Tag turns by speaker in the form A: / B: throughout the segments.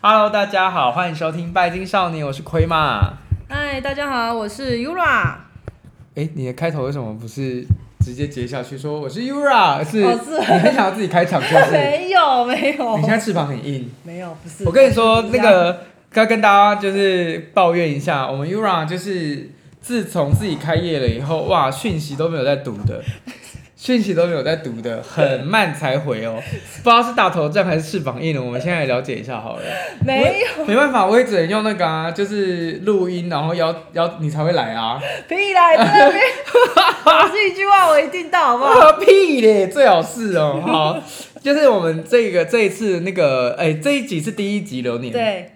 A: Hello，大家好，欢迎收听《拜金少年》，我是亏嘛。
B: 嗨，大家好，我是 Yura。
A: 哎，你的开头为什么不是直接接下去说我是 Yura？是
B: 哦是
A: 你很想要自己开场，就是
B: 没有，没
A: 你现
B: 有，
A: 在翅膀很硬。
B: 没有，不是。啊
A: 我跟你说，
B: 不一
A: 那
B: 样
A: 个要跟大家就是抱怨一下，我们 Yura 就是自从自己开业了以后，哇，讯息都没有在读 的。讯息都没有在读的，很慢才回哦，不知道是打头阵还是翅膀硬了。我们现在来了解一下好了。
B: 没有
A: 没办法，我也只能用那个啊，就是录音，然后邀邀你才会来 啊。
B: 屁啦，你在 那边我是一句话，我一定到，好不好？
A: 啊屁嘞，最好是哦。好，就是我们这个这一次那个，哎、这一集是第一集流年。。
B: 对，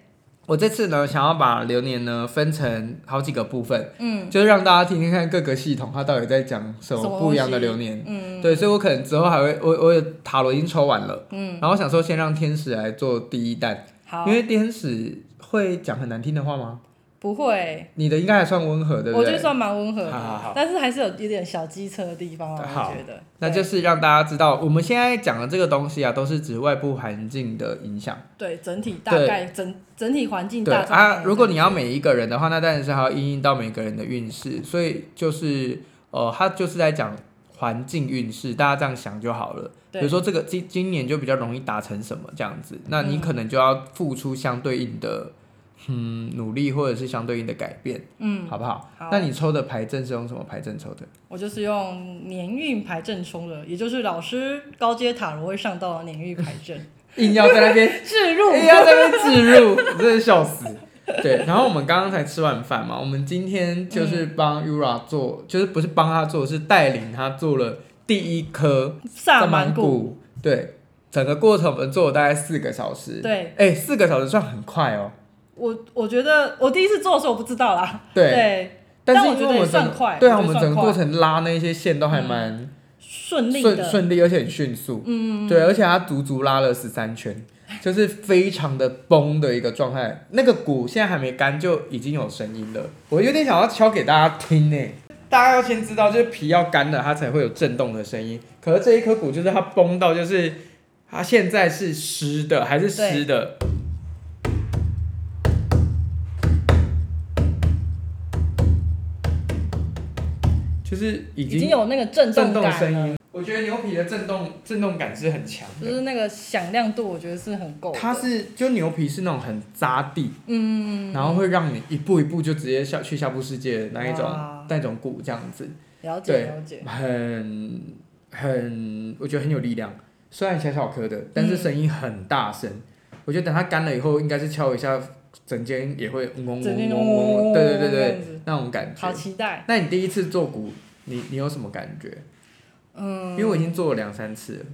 A: 我这次呢，想要把流年呢分成好几个部分，
B: 嗯
A: 就是让大家听听看各个系统它到底在讲什
B: 什么
A: 么
B: 东
A: 不一样的
B: 西
A: 流年。
B: 嗯
A: 对，所以我可能之后还会，我我有塔罗已经抽完了，
B: 嗯，
A: 然后我想说先让天使来做第一弹，
B: 好
A: 因，为天使会讲很难听的话吗？
B: 不会，
A: 你的应该还算温和，对不
B: 我
A: 对？
B: 觉得算蛮温和
A: 好好好
B: 的，但是还是有有点小机车的地方啊，
A: 好
B: 我觉得。
A: 那就
B: 对
A: 是让大家知道，我们现在讲的这个东西啊，都是指外部环境的影响。
B: 对整体大
A: 对
B: 概整整体环境
A: 对
B: 大状
A: 啊，
B: 况
A: 如果你要每一个人的话，那当然是还要因应到每个人的运势。所以就是呃，他就是在讲环境运势，大家这样想就好了。比
B: 对
A: 如说这个今今年就比较容易达成什么这样子，那你可能就要付出相对应的嗯努力，或者是相对应的改变，
B: 嗯，
A: 好不好？
B: 好
A: 那你抽的牌阵是用什么牌阵抽的？
B: 我就是用年运牌阵冲的，也就是老师高阶塔罗会上到的年运牌 阵
A: 硬要在那边
B: 置入。
A: 硬要在那边置 入，我真的笑死。对，然后我们刚刚才吃完饭嘛，我们今天就是
B: 嗯
A: 帮 Yura 做，就是不是帮他做，是带领他做了第一颗
B: 萨满谷，
A: 谷。对，整个过程我们做了大概四个小时。，
B: 对
A: 哎，四个小时算很快哦。
B: 我，我觉得我第一次做的时候我不知道啦，
A: 对，
B: 对，
A: 但是
B: 但我
A: 因
B: 觉
A: 为
B: 得
A: 我们
B: 也
A: 整
B: 算快
A: 对啊，我
B: 我觉得
A: 们整
B: 算
A: 个
B: 快嗯
A: 过程拉那些线都还蛮
B: 顺利
A: 顺
B: 的，
A: 顺利，而且很迅速。嗯，对，而且他足足拉了十三圈，就是非常的崩的一个状态。那个鼓现在还没干，就已经有声音了。我有点想要敲给大家听呢、大家要先知道，就是皮要干了，它才会有震动的声音。可是这一颗鼓就是它崩到，就是它现在是湿的，还是湿的。就是已
B: 已
A: 经
B: 经有那个震
A: 震
B: 感
A: 动
B: 了
A: 声音。我觉得牛皮的震动震动感是很强
B: 就
A: 的，
B: 是那个响亮度，我觉得是很够的。
A: 它是就牛皮是那种很扎地，
B: 嗯，
A: 然后会让你一步一步就直接下去下部世界的那一种
B: 哇
A: 那种鼓这样子，
B: 了
A: 对
B: 解了解，
A: 很很我觉得很有力量，虽然小小颗的，但是声音很大声。我觉得等它干了以后，应该是敲一下，整间也会嗡嗡
B: 整
A: 嗡
B: 天
A: 嗡嗡，对对对
B: 这
A: 对，
B: 样子
A: 那种感觉
B: 嗯好。期待。
A: 那你第一次做鼓，你你有什么感觉？因
B: 嗯，
A: 为我已经做了两三次了，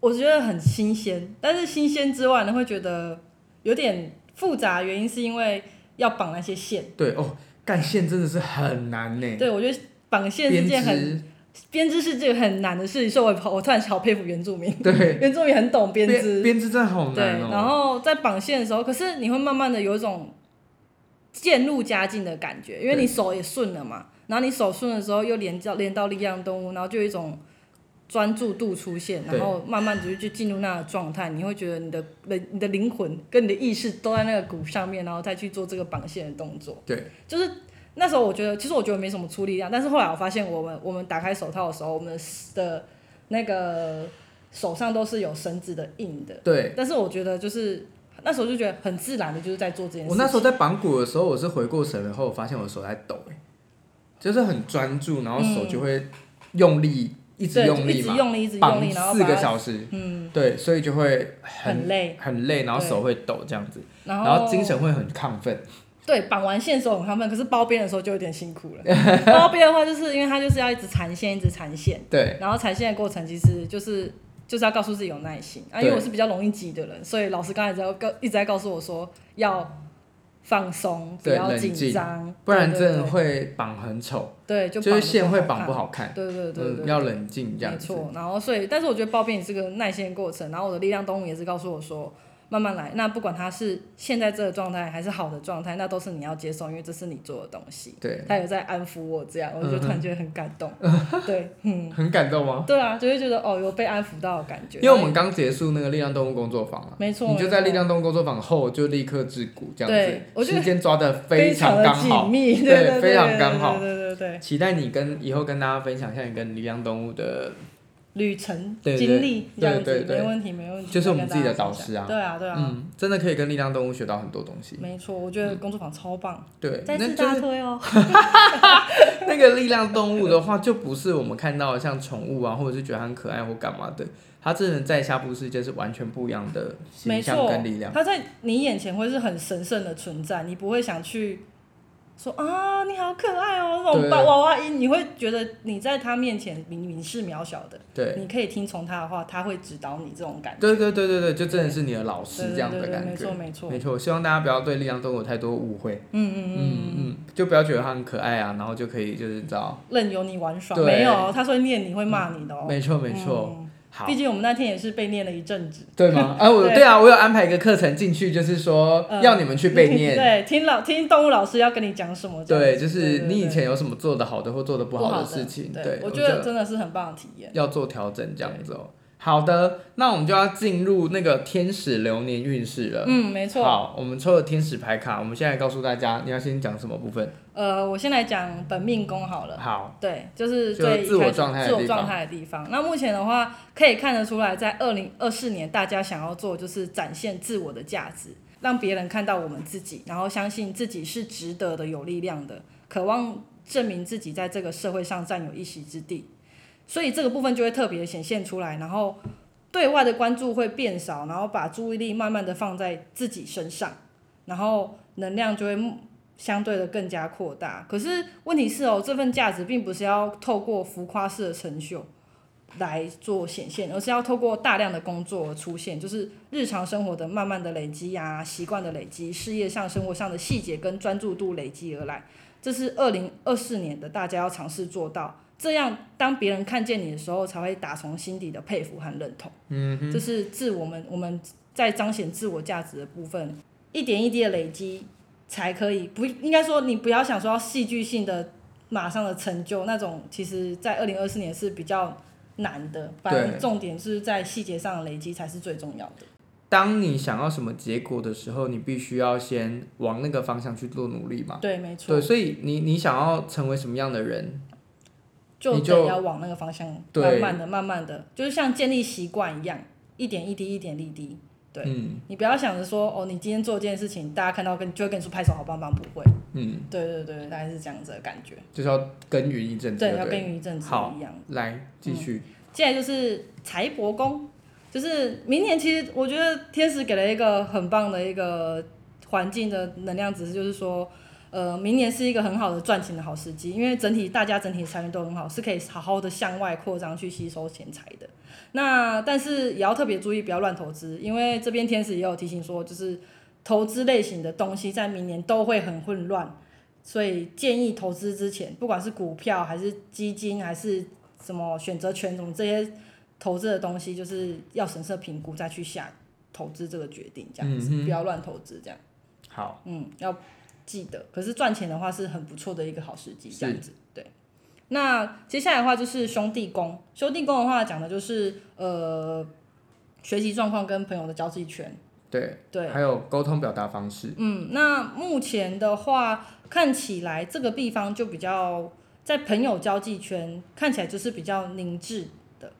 B: 我觉得很新鲜，但是新鲜之外呢，会觉得有点复杂，原因是因为要绑那些线。
A: 对哦，干线真的是很难呢。
B: 对，我觉得绑线是
A: 编
B: 件很
A: 织，
B: 编织是件很难的事情，所以我也好我突然好佩服原住民，
A: 对，
B: 原住民很 懂编织。
A: 编织真的好
B: 对
A: 难，哦。
B: 然后在绑线的时候，可是你会慢慢的有一种渐入佳境的感觉，因为
A: 对
B: 你手也顺了嘛，然后你手顺的时候又连到连到力量动物，然后就有一种专注度出现，
A: 对
B: 然后慢慢就就进入那个状态，你会觉得你的人你的灵魂跟你的意识都在那个鼓上面，然后再去做这个绑线的动作。
A: 对，
B: 就是那时候我觉得，其实我觉得没什么出力量，但是后来我发现，我们我们打开手套的时候，我们的那个手上都是有绳子的印的。
A: 对，
B: 但是我觉得就是那时候就觉得很自然的，就是在做这件事情。
A: 我那时候在绑鼓的时候，我是回过神然后，我发现我手在抖，哎，就是很专注，然后手就会用力，一直
B: 嗯对
A: 用
B: 一
A: 力
B: 直
A: 嘛，
B: 用力，一直用
A: 绑
B: 力，然后
A: 四个
B: 把它
A: 小时，
B: 嗯
A: 对，所以就会
B: 很
A: 很
B: 累，
A: 很累，然后
B: 对
A: 手会抖这样子，
B: 然后
A: 然后精神会很亢奋，
B: 对绑完线的时候很亢奋，可是包边的时候就有点辛 苦了。包边的话，就是因为它就是要一直缠线，一直缠线，
A: 对，
B: 然后缠线的过程其实就是。就是要告诉自己有耐心啊，因为
A: 对
B: 我是比较容易急的人，所以老师刚才在告一直在告诉我说要放松，不
A: 对
B: 要
A: 冷
B: 紧
A: 静
B: 张，
A: 不然
B: 对
A: 真的会绑很丑，
B: 对对对，就
A: 就是
B: 绑得
A: 线会绑
B: 看
A: 不。好看，
B: 对对对对
A: 嗯，要冷静这
B: 没
A: 样子，
B: 错，然后所以，但是我觉得抱变也是个耐心的过程。然后我的力量动物也是告诉我说，慢慢来。那不管它是现在这个状态还是好的状态，那都是你要接受，因为这是你做的东西。
A: 对，
B: 他有在安抚我，这样我就突然觉得很感动。对，嗯，
A: 很感动吗？
B: 对啊，就会觉得哦，有被安抚到的感觉。
A: 因为我们刚结束那个力量动物工作坊啊，
B: 没错，
A: 你就在
B: 没错
A: 力量动物工作坊后就立刻治骨这样
B: 对
A: 子，
B: 我觉得
A: 时间抓的
B: 非
A: 常
B: 的
A: 刚
B: 紧
A: 好。
B: 密，
A: 对
B: 对，
A: 非常刚好
B: 对对对对对，
A: 期待你跟以后跟大家分享一下你跟力量动物的，
B: 旅程
A: 对对
B: 经历这样
A: 对
B: 子，
A: 对对
B: 没问题，没问题。
A: 就是我们
B: 再
A: 自
B: 跟
A: 己的
B: 大家
A: 导
B: 分
A: 师
B: 享
A: 啊
B: 对啊，对啊，
A: 嗯，真的可以跟力量动物学到很多东西。
B: 没错，我觉得工作坊超棒，
A: 对，
B: 再
A: 那
B: 次
A: 就
B: 大
A: 是
B: 推哦。
A: 那个力量动物的话，就不是我们看到的像宠物啊，或者是觉得它很可爱或干嘛的，它真的在下部世界是完全不一样的形
B: 没
A: 象
B: 错
A: 跟力量，。
B: 它在你眼前会是很神圣的存在，你不会想去说啊，你好可爱哦，那
A: 对
B: 种抱娃娃音，你会觉得你在他面前你你是渺小的，
A: 对，
B: 你可以听从他的话，他会指导你这种感觉。
A: 对对对对对，就真的是你的老师
B: 对
A: 这
B: 对
A: 样
B: 对
A: 的
B: 对，
A: 感
B: 没错
A: 觉。
B: 没错
A: 没，错，希望大家不要对力量动物有太多误会。
B: 嗯嗯
A: 嗯嗯，就不要觉得它很可爱啊，然后就可以就是你知道，
B: 任由你玩耍，
A: 对
B: 没有，他说念你会骂你的哦。
A: 没错没错，
B: 嗯
A: 好
B: 毕，竟我们那天也是被念了一阵子。
A: 对吗？哎、我
B: 对
A: 对啊，我有安排一个课程进去，就是说
B: 嗯
A: 要你们去背念。
B: 对，听老听动物老师要跟你讲什么这样子。
A: 对，就是你以
B: 对
A: 前有什么做的好的或做的不
B: 不
A: 好
B: 好
A: 的事情，
B: 对
A: 对，
B: 我觉
A: 觉
B: 得真的是很棒的体验。
A: 要做调整这样子哦。好的，那我们就要进入那个天使流年运势了。
B: 嗯，没错。
A: 好，我们抽了天使牌卡，我们现在告诉大家你要先讲什么部分。
B: 呃，我先来讲本命宫好了。
A: 好，
B: 对，就是
A: 就
B: 最
A: 自我
B: 一开始
A: 状态的
B: 自我
A: 地方
B: 状态的地方。那目前的话，可以看得出来，在二零二四年，大家想要做就是展现自我的价值，让别人看到我们自己，然后相信自己是值得的、有力量的，渴望证明自己在这个社会上占有一席之地。所以这个部分就会特别显现出来，然后对外的关注会变少，然后把注意力慢慢的放在自己身上，然后能量就会相对的更加扩大。可是问题是哦，这份价值并不是要透过浮夸式的成就来做显现，而是要透过大量的工作而出现，就是日常生活的慢慢的累积啊，习惯的累积，事业上、生活上的细节跟专注度累积而来。这是二零二四年的大家要尝试做到。这样，当别人看见你的时候，才会打从心底的佩服和认同。嗯，这是自我们我们在彰显自我价值的部分，一点一滴的累积，才可以不应该说你不要想说要戏剧性的马上的成就那种，其实在二零二四年是比较难的，反
A: 对
B: 而重点是在细节上的累积才是最重要的。
A: 当你想要什么结果的时候，你必须要先往那个方向去做努力嘛。
B: 对，没错
A: 啊对，，所以你你想要成为什么样的人？
B: 就
A: 你就
B: 得要往那个方向，慢
A: 对
B: 慢的、慢慢的，就是像建立习惯一样，一点一滴、一点一滴。对
A: 嗯
B: 你不要想着说哦，你今天做这件事情，大家看到跟就会跟你说拍手好棒棒，不会。
A: 嗯，
B: 对对对，大概是这样子的感觉。
A: 就是要耕耘一阵子，
B: 对，
A: 不
B: 要耕耘嗯一阵子
A: 好
B: 一样。
A: 来继续，
B: 接下来就是财帛宫，就是明年其实我觉得天使给了一个很棒的一个环境的能量指示，就是说，呃，明年是一个很好的赚钱的好时机，因为整体大家整体财运都很好，是可以好好的向外扩张去吸收钱财的。那但是也要特别注意不要乱投资，因为这边天使也有提醒说，就是投资类型的东西在明年都会很混乱。所以建议投资之前，不管是股票还是基金还是什么选择权什么这些投资的东西，就是要审慎评估再去下投资这个决定，这样子、
A: 嗯哼
B: 不要乱投资，这样
A: 好，
B: 嗯要记得。可是赚钱的话是很不错的一个好时机，这样子对。那接下来的话就是兄弟宫，兄弟宫的话讲的就是呃学习状况跟朋友的交际圈，
A: 对，
B: 对，
A: 还有沟通表达方式，
B: 嗯，那目前的话，看起来这个地方就比较在朋友交际圈看起来就是比较凝滞的。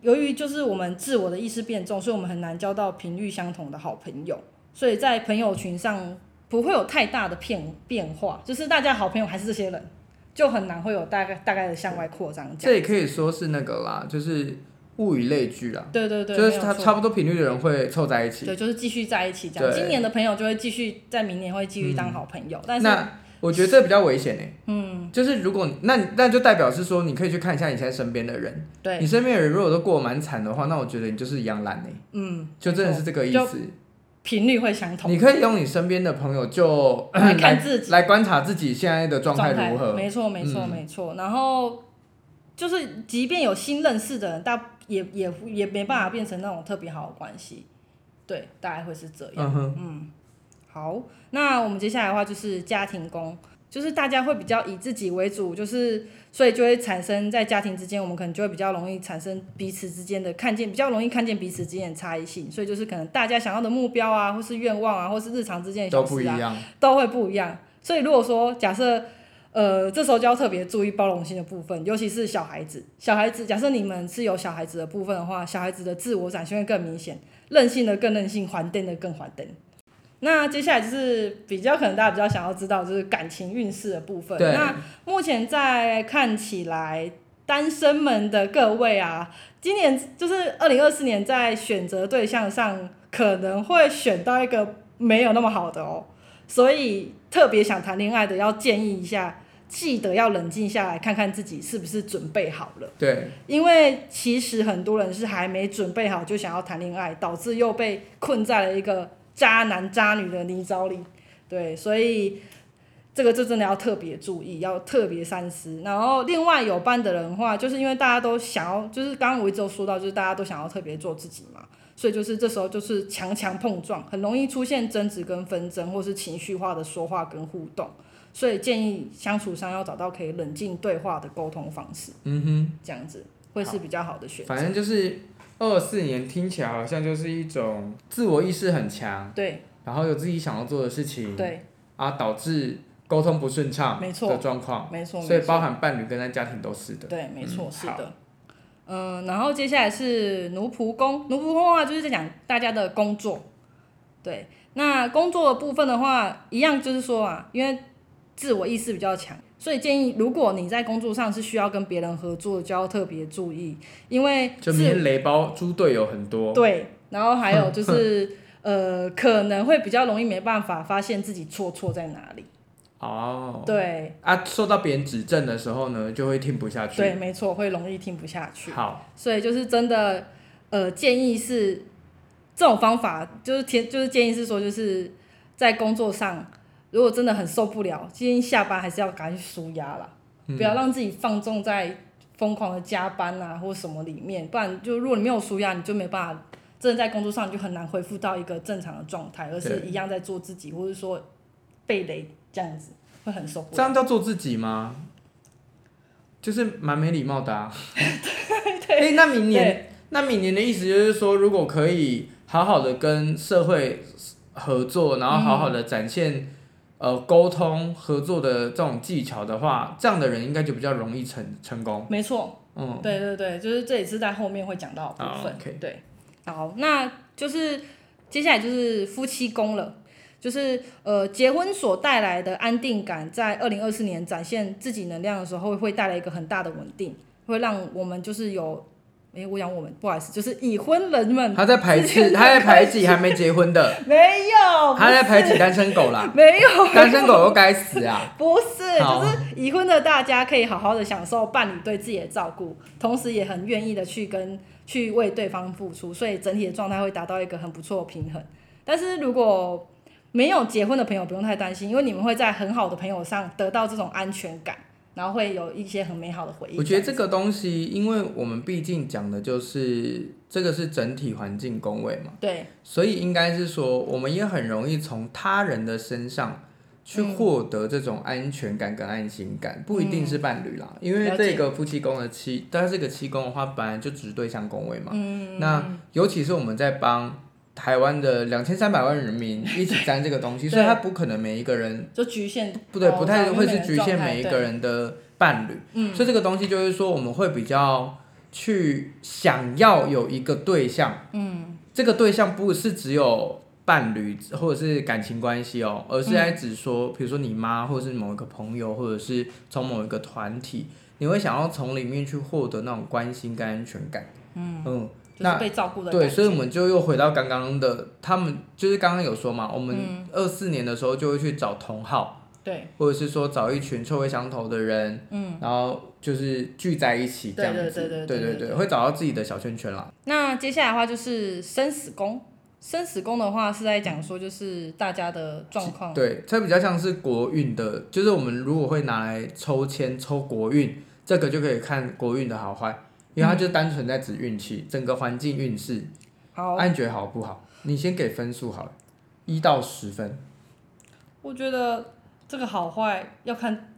B: 由于就是我们自我的意识变重，所以我们很难交到频率相同的好朋友，所以在朋友群上不会有太大的变变化，就是大家好朋友还是这些人，就很难会有大概大概的向外扩张这
A: 这
B: 样。
A: 也可以说是那个啦，就是物以类聚啦，
B: 对对对，
A: 就是
B: 没有
A: 它
B: 错
A: 差不多频率的人会凑在一起。
B: 对，就是继续在一起这样。
A: 对嗯
B: 今年的朋友就会继续在明年会继续当好朋友，但是
A: 那我觉得这比较危险呢、嗯，就是如果那那就代表是说，你可以去看一下你现在身边的人，
B: 对，
A: 你身边的人如果都过得蛮惨的话，那我觉得你就是一样烂呢、
B: 嗯，
A: 就真的是这个意
B: 就
A: 思。
B: 频率会相同。
A: 你可以用你身边的朋友就呃
B: 来嗯看自己
A: 来观察自己现在的状态如何。
B: 没错，没错，
A: 嗯
B: 没错。然后就是，即便有新认识的人，大也也也没办法变成那种特别好的关系。对，大概会是这样。
A: 嗯哼，
B: 好，那我们接下来的话就是家庭宫，就是大家会比较以自己为主，就是所以就会产生在家庭之间，我们可能就会比较容易产生彼此之间的看见，比较容易看见彼此之间的差异性，所以就是可能大家想要的目标啊，或是愿望啊，或是日常之间的
A: 都
B: 小
A: 不一
B: 事啊，
A: 样。
B: 都会不一样。所以如果说假设，呃，这时候就要特别注意包容性的部分，尤其是小孩子。小孩子，假设你们是有小孩子的部分的话，小孩子的自我展现会更明显，任性的更任性，还灯的更还灯。那接下来就是比较可能大家比较想要知道，就是感情运势的部分。
A: 对
B: 那目前在看起来，单身们的各位啊，今年就是二零二四年，在选择对象上可能会选到一个没有那么好的哦，所以特别想谈恋爱的要建议一下，记得要冷静下来，看看自己是不是准备好了。
A: 对，
B: 因为其实很多人是还没准备好就想要谈恋爱，导致又被困在了一个渣男渣女的泥沼里。对，所以这个就真的要特别注意，要特别三思。然后另外有伴的人的话，就是因为大家都想要，就是刚刚我一直有说到，就是大家都想要特别做自己嘛，所以就是这时候就是强强碰撞，很容易出现争执跟纷争，或是情绪化的说话跟互动。所以建议相处上要找到可以冷静对话的沟通方式。
A: 嗯
B: 这样子会是比较好的选
A: 哼，
B: 择。
A: 反正就是二四年听起来好像就是一种自我意识很强，
B: 对
A: 然后有自己想要做的事情，
B: 对，
A: 啊，导致沟通不顺畅，
B: 没错
A: 的状况，
B: 没错，
A: 嗯所以
B: 没错
A: 包含伴侣跟他家庭都是的。
B: 对，没错，
A: 嗯
B: 是
A: 好
B: 的。嗯，然后接下来是奴仆宫，奴仆宫的话就是在讲大家的工作。对，那工作的部分的话，一样就是说啊，因为自我意识比较强，所以建议如果你在工作上是需要跟别人合作的，就要特别注意，因为
A: 就
B: 自
A: 明天雷包猪队友很多，
B: 对，然后还 有就是。呃，可能会比较容易没办法发现自己错错在哪里。
A: 哦，
B: 对
A: 啊，受到别人指正的时候呢，就会听不下去。
B: 对，没错，会容易听不下去。
A: 好，
B: 所以就是真的，呃，建议是这种方法，就是天，就是建议是说，就是在工作上，如果真的很受不了，今天下班还是要赶紧去舒压啦，不要让自己放纵在疯狂的加班啊或什么里面，不然就如果你没有舒压，你就没办法。真的在工作上你就很难恢复到一个正常的状态，而是
A: 对
B: 一样在做自己，或者说被雷这样子，会很受不
A: 这
B: 了。
A: 样叫做自己吗？就是蛮没礼貌的啊。 对哎、那明年，那明年的意思就是说，如果可以好好的跟社会合作，然后好好的展现、呃沟通合作的这种技巧的话，这样的人应该就比较容易成成功。
B: 没错，
A: 嗯，
B: 对对对，就是这也是在后面会讲到的部分。
A: 哦，OK
B: 对，好，那就是接下来就是夫妻宫了，就是呃，结婚所带来的安定感，在二零二四年展现自己能量的时候，会带来一个很大的稳定，会让我们就是有，诶，我讲我们不好意思，就是已婚人们
A: 他在排 斥，他在嗯排挤还没结婚的，
B: 没有，
A: 他在排挤单身狗 啦，
B: 没有，
A: 单身狗又该死啊！
B: 不是，
A: 好
B: 就是 已婚的大家可以好好的享受伴侣对自己的照顾，同时也很愿意的去跟去为对方付出，所以整体的状态会达到一个很不错的平衡。但是如果没有结婚的朋友不用太担心，因为你们会在很好的朋友上得到这种安全感，然后会有一些很美好的回忆。
A: 我觉得这个东西，因为我们毕竟讲的就是这个是整体环境工位嘛，
B: 对
A: 所以应该是说，我们也很容易从他人的身上去
B: 嗯
A: 获得这种安全感跟安心感，不一定是伴侣啦，因为
B: 嗯了解
A: 这个夫妻宫的妻，但是这个妻宫的话，本来就只对象宫位嘛，
B: 嗯
A: 那尤其是我们在帮。台湾的两千三百万人民一起沾这个东西，
B: 对
A: 所以他不可能每一个人
B: 就局限
A: 不对，
B: 哦
A: 不太
B: 对嗯
A: 会
B: 因为
A: 是局限每一个人的伴侣，所以这个东西就是说我们会比较去想要有一个对象，嗯，这个对象不是只有伴侣或者是感情关系哦，
B: 嗯
A: 而是在指说，比如说你妈或者是某一个朋友，或者是从某一个团体，你会想要从里面去获得那种关心跟安全感，嗯嗯，
B: 就
A: 那
B: 是被照顾的感
A: 对，
B: 觉。
A: 所以我们就又回到刚刚的，他们就是刚刚有说嘛，我们
B: 嗯
A: 二四年的时候就会去找同好。
B: 对
A: 或者是说找一群臭味相投的人，嗯，然后就是聚在一起这
B: 对
A: 样
B: 对
A: 子，
B: 对对
A: 对
B: 对对
A: 会找到自己的小圈圈啦。
B: 那接下来的话就是生死宫，生死宫的话是在讲说就是大家的状况。
A: 对，这比较像是国运的，就是我们如果会拿来抽签抽国运，这个就可以看国运的好坏，因为它就单纯在指运气，整个环境运势，
B: 好，
A: 按觉好不好？你先给分数好了，一到十分。
B: 我觉得这个好坏要看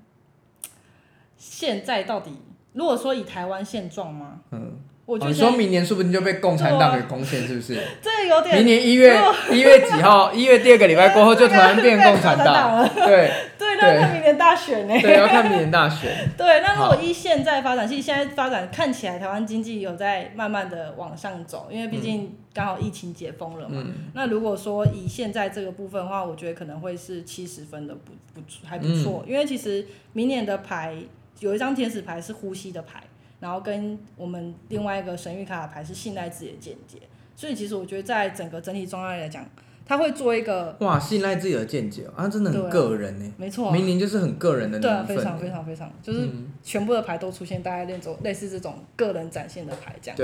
B: 现在到底，如果说以台湾现状吗？
A: 嗯，
B: 我
A: 哦
B: 觉得
A: 你
B: 现
A: 说
B: 在
A: 明年说不定就被共产党给攻陷，是不 是？
B: 这个有
A: 明
B: 点
A: 年一 月一月几号？一月第二个礼拜过后就突然变共产党，
B: 了，
A: 对
B: 对，那看明年大选呢、
A: 对，要看明年大选。
B: 对，那如
A: 好
B: 果依现在发展，其实现在发展看起来台湾经济有在慢慢的往上走，因为毕竟刚好疫情解封了嘛。
A: 嗯
B: 那如果说以现在这个部分的话，我觉得可能会是七十分的不不还不错，
A: 嗯
B: 因为其实明年的牌有一张天使牌是呼吸的牌，然后跟我们另外一个神谕卡的牌是信赖自己的见解，所以其实我觉得在整个整体状态来讲，它会做一个
A: 哇，信赖自己的见解哦啊，真的很
B: 对啊
A: 个人呢。
B: 没错、啊，
A: 明年就是很个人的
B: 对啊，
A: 年
B: 非
A: 份
B: 常非
A: 欸。
B: 常非常，就是
A: 嗯，
B: 全部的牌都出现大概那种类似这种个人展现的牌这样子。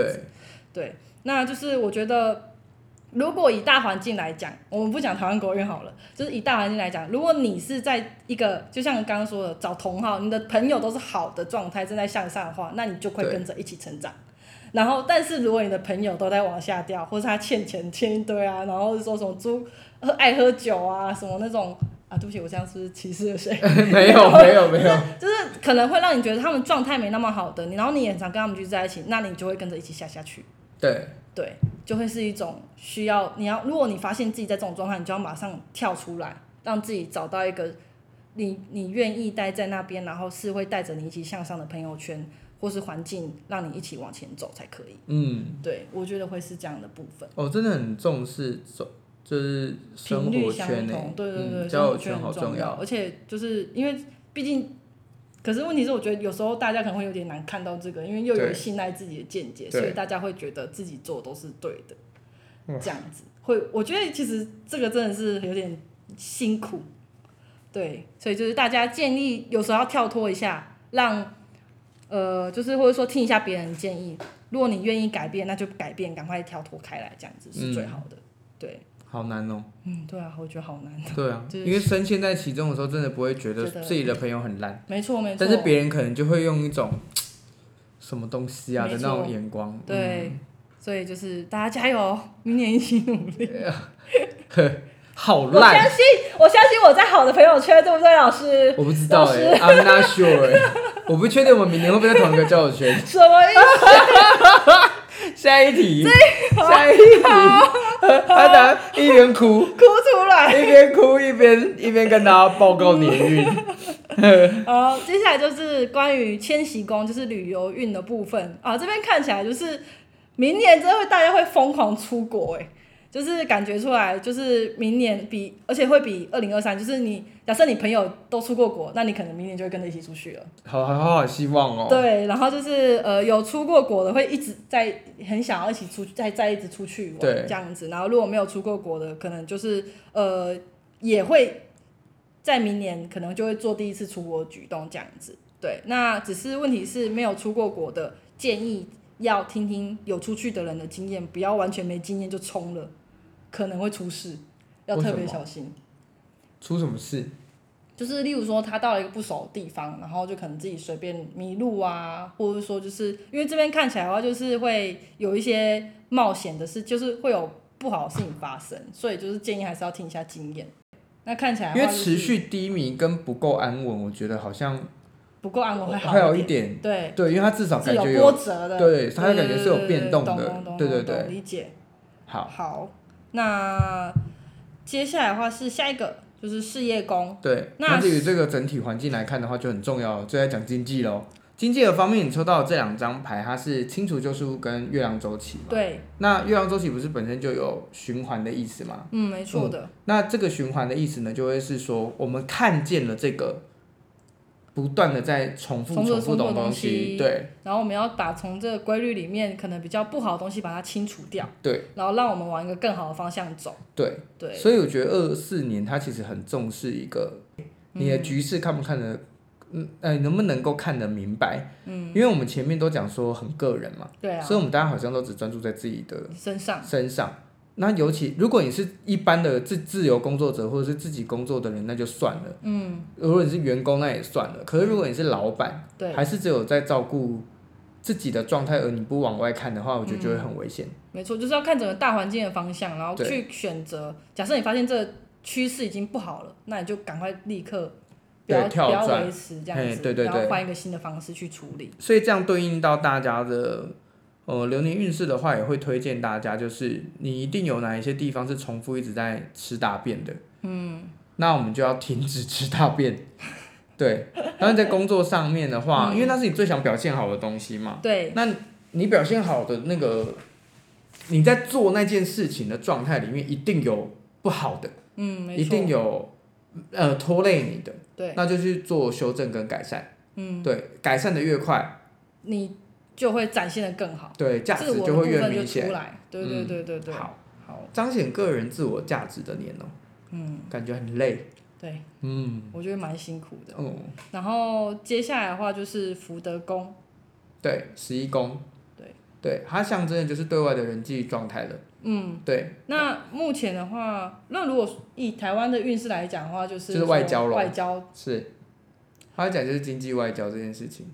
A: 对，
B: 对那就是我觉得，如果以大环境来讲，我们不讲台湾国运好了，就是以大环境来讲，如果你是在一个就像刚刚说的找同好，你的朋友都是好的状态，正在向上的话，那你就会
A: 对
B: 跟着一起成长。然后，但是如果你的朋友都在往下掉，或是他欠钱欠一堆啊，然后说什么猪喝爱喝酒啊，什么那种啊，对不起，我这样是不是歧视了谁？
A: 没有 没有没有，
B: 就是可能会让你觉得他们状态没那么好的，你然后你也很常跟他们聚在一起，那你就会跟着一起下下去，
A: 对，
B: 对，就会是一种需要你要，如果你发现自己在这种状态，你就要马上跳出来，让自己找到一个你你愿意待在那边，然后是会带着你一起向上的朋友圈或是环境，让你一起往前走才可以。
A: 嗯。
B: 对，我觉得会是这样的部分。
A: 哦，真的很重视走，就是生
B: 频率
A: 活
B: 相
A: 圈呢、
B: 同，对对
A: 嗯、
B: 对，生
A: 交
B: 活
A: 友
B: 圈
A: 圈好
B: 很重
A: 要。
B: 而且就是因为毕竟，可是问题是，我觉得有时候大家可能会有点难看到这个，因为又有
A: 对
B: 信赖自己的见解，
A: 对
B: 所以大家会觉得自己做都是对的，这样子会，我觉得其实这个真的是有点辛苦，对，所以就是大家建议有时候要跳脱一下，让呃，就是或者说听一下别人的建议，如果你愿意改变，那就改变，赶快跳脱开来，这样子是最
A: 嗯
B: 好的。对，
A: 好难哦、
B: 嗯，对啊，我觉得好难。
A: 对啊，
B: 就是
A: 因为深陷在其中的时候，真的不会觉得
B: 觉得
A: 自己的朋友很烂，
B: 没错没错，
A: 但是别人可能就会用一种什么东西啊的
B: 没
A: 那
B: 错
A: 种眼光，
B: 对，
A: 嗯
B: 所以就是大家加油，明年一起努力。
A: 好
B: 我相
A: 烂，哦
B: 信，我相信我在好的朋友圈，对不对，老师？
A: 我不知道
B: 老
A: 哎、
B: 师
A: i m not sure 哎、 我不确定我们明年会不会在同一个交友圈。
B: 什么意思？
A: 下一题，下一题，他等下一边 哭
B: 哭出来。
A: 一边哭一边一边跟大家报告年运。
B: 好，接下来就是关于千禧宫，就是旅游运的部分啊。这边看起来就是明年真的会大家会疯狂出国哎、就是感觉出来，就是明年比，而且会比二零二三，就是你假设你朋友都出过国，那你可能明年就会跟着一起出去了。
A: 好好好，希望哦。
B: 对，然后就是呃，有出过国的会一直在很想要一起出去，再再一直出去玩
A: 对
B: 这样子。然后如果没有出过国的，可能就是呃也会在明年可能就会做第一次出国的举动这样子。对，那只是问题是没有出过国的建议要听听有出去的人的经验，不要完全没经验就冲了，可能会出事，要
A: 为
B: 特
A: 什
B: 别
A: 么
B: 小心。
A: 出什么事？
B: 就是例如说他到了一个不熟的地方，然后就可能自己随便迷路啊，或者说就是因为这边看起来的话，就是会有一些冒险的事，就是会有不好的事情发生，所以就是建议还是要听一下经验。那看起来的
A: 因为
B: 话就是
A: 持续低迷跟不够安稳，我觉得好像
B: 不够安稳会
A: 还
B: 好
A: 有一
B: 点，
A: 点，
B: 对，
A: 对，因为它至少
B: 是
A: 感
B: 有
A: 觉
B: 波折的，
A: 对，它感觉是有
B: 对对对
A: 变动
B: 懂
A: 的
B: 懂懂，
A: 对对
B: 懂
A: 对。
B: 理解。
A: 好，
B: 好，那接下来的话是下一个就是事业宫，
A: 对。
B: 那
A: 那至于这个整体环境来看的话，就很重要了，就在讲经济喽。经济的方面，你抽到这两张牌，它是清除救赎跟月亮周期嘛？
B: 对，
A: 那月亮周期不是本身就有循环的意思吗？
B: 嗯，没错的，
A: 那这个循环的意思呢，就会是说我们看见了这个不断的在重复
B: 重复
A: 重复
B: 重复
A: 的
B: 的
A: 东
B: 东
A: 西，
B: 西
A: 对
B: 然后我们要把从这个规律里面可能比较不好的东西把它清除掉，
A: 对
B: 然后让我们往一个更好的方向走。
A: 对。
B: 对，
A: 所以我觉得二四年它其实很重视一个你的局势看不看得，嗯，呃，能不能够看得明白，嗯，因为我们前面都讲说很个人嘛，
B: 对啊
A: 所，以我们大家好像都只专注在自己的
B: 身上
A: 身上。那尤其如果你是一般的自自由工作者或者是自己工作的人，那就算了，嗯，如果你是员工那也算了，可是如果你是老板，
B: 对
A: 还是只有在照顾自己的状态，而你不往外看的话，我觉得
B: 嗯
A: 就会很危险。
B: 没错，就是要看整个大环境的方向，然后
A: 对
B: 去选择。假设你发现这个趋势已经不好了，那你就赶快立刻不
A: 对
B: 要不
A: 跳
B: 要
A: 转
B: 维持这样
A: 嘿
B: 子，
A: 对对
B: 然后
A: 对
B: 换一个新的方式去处理。
A: 所以这样对应到大家的呃流年运势的话，也会推荐大家，就是你一定有哪一些地方是重复一直在吃大便的，嗯，那我们就要停止吃大便。 对，然后在工作上面的话，
B: 嗯
A: 因为那是你最想表现好的东西嘛，
B: 对，
A: 那你表现好的那个，你在做那件事情的状态里面，一定有不好的，
B: 嗯，没错，
A: 一定有呃拖累你的，
B: 对，
A: 那就去做修正跟改善。
B: 嗯，
A: 对，改善的越快，
B: 你就会展现的更好，
A: 对价
B: 自
A: 值
B: 我的
A: 就
B: 部
A: 会越
B: 分
A: 明
B: 就出
A: 显。
B: 来。对对
A: 嗯
B: 对对对，
A: 好，
B: 好，
A: 彰显个人自我价值的年哦、
B: 嗯，
A: 感觉很累。
B: 对
A: 嗯，
B: 我觉得蛮辛苦的。
A: 哦，
B: 然后接下来的话就是福德宫，
A: 对，十一宫，
B: 对
A: 对，它象征的就是对外的人际状态了。
B: 嗯，
A: 对，
B: 那目前的话，那如果以台湾的运势来讲的话，就是
A: 就是
B: 说
A: 外交咯
B: 外交。
A: 是，它讲就是经济外交这件事情。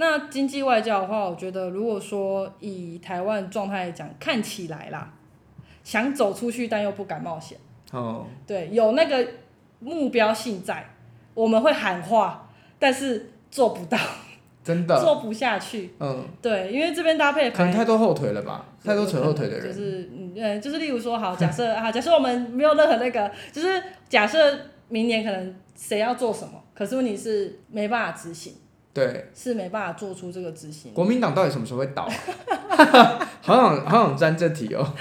B: 那经济外交的话，我觉得如果说以台湾状态来讲，看起来啦，想走出去但又不敢冒险，
A: 哦，
B: 对，有那个目标性在，我们会喊话，但是做不到，
A: 真的，
B: 做不下去。
A: 嗯，
B: 对，因为这边搭配的
A: 可能
B: 牌
A: 太多后腿了吧，太多扯后腿的
B: 就
A: 人。
B: 是嗯呃，就是例如说，好，假设 啊，假设我们没有任何那个，就是假设明年可能谁要做什么，可是问题是没办法执行，
A: 对，
B: 是没办法做出这个执行。
A: 国民党到底什么时候会倒、啊？啊 好想好想沾这题哦，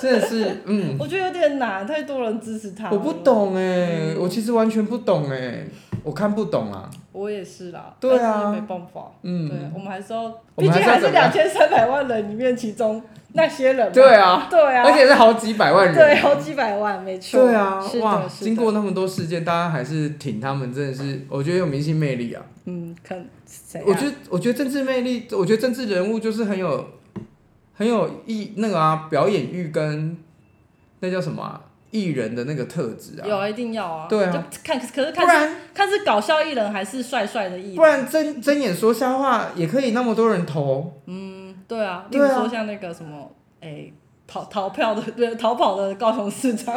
A: 真的是，嗯，
B: 我觉得有点难，太多人支持他。嗯
A: 我不，懂哎、我其实完全不懂哎、我看不懂啊，
B: 我也是啦。
A: 对啊
B: 但是没办法。对
A: 嗯，，
B: 我们还是要，
A: 我
B: 毕
A: 们还
B: 竟
A: 是要
B: 还是
A: 怎么
B: 两
A: 样
B: 千三百万人里面其中那些人嘛。
A: 对啊，
B: 对
A: 而
B: 啊，
A: 且是好几百万人，
B: 对，好几百万，没错。
A: 对啊
B: 是，
A: 哇，
B: 的，是的
A: 经过那么多事件，大家还是挺他们，真的是，我觉得有明星魅力啊。
B: 嗯，看谁啊？
A: 我觉得，我觉得政治魅力，我觉得政治人物就是很有很有艺那个啊，表演欲跟那叫什么啊，艺人的那个特质啊。
B: 有啊，一定要啊。
A: 对啊
B: 就看，可是
A: 不
B: 看是
A: 然
B: 看是搞笑艺人还是帅帅的艺
A: 不
B: 人？
A: 然睁睁眼说瞎话也可以那么多人投，
B: 对啊，例
A: 对
B: 如
A: 啊
B: 说像那个什么，哎、逃逃票的， 对，逃跑的高雄市长，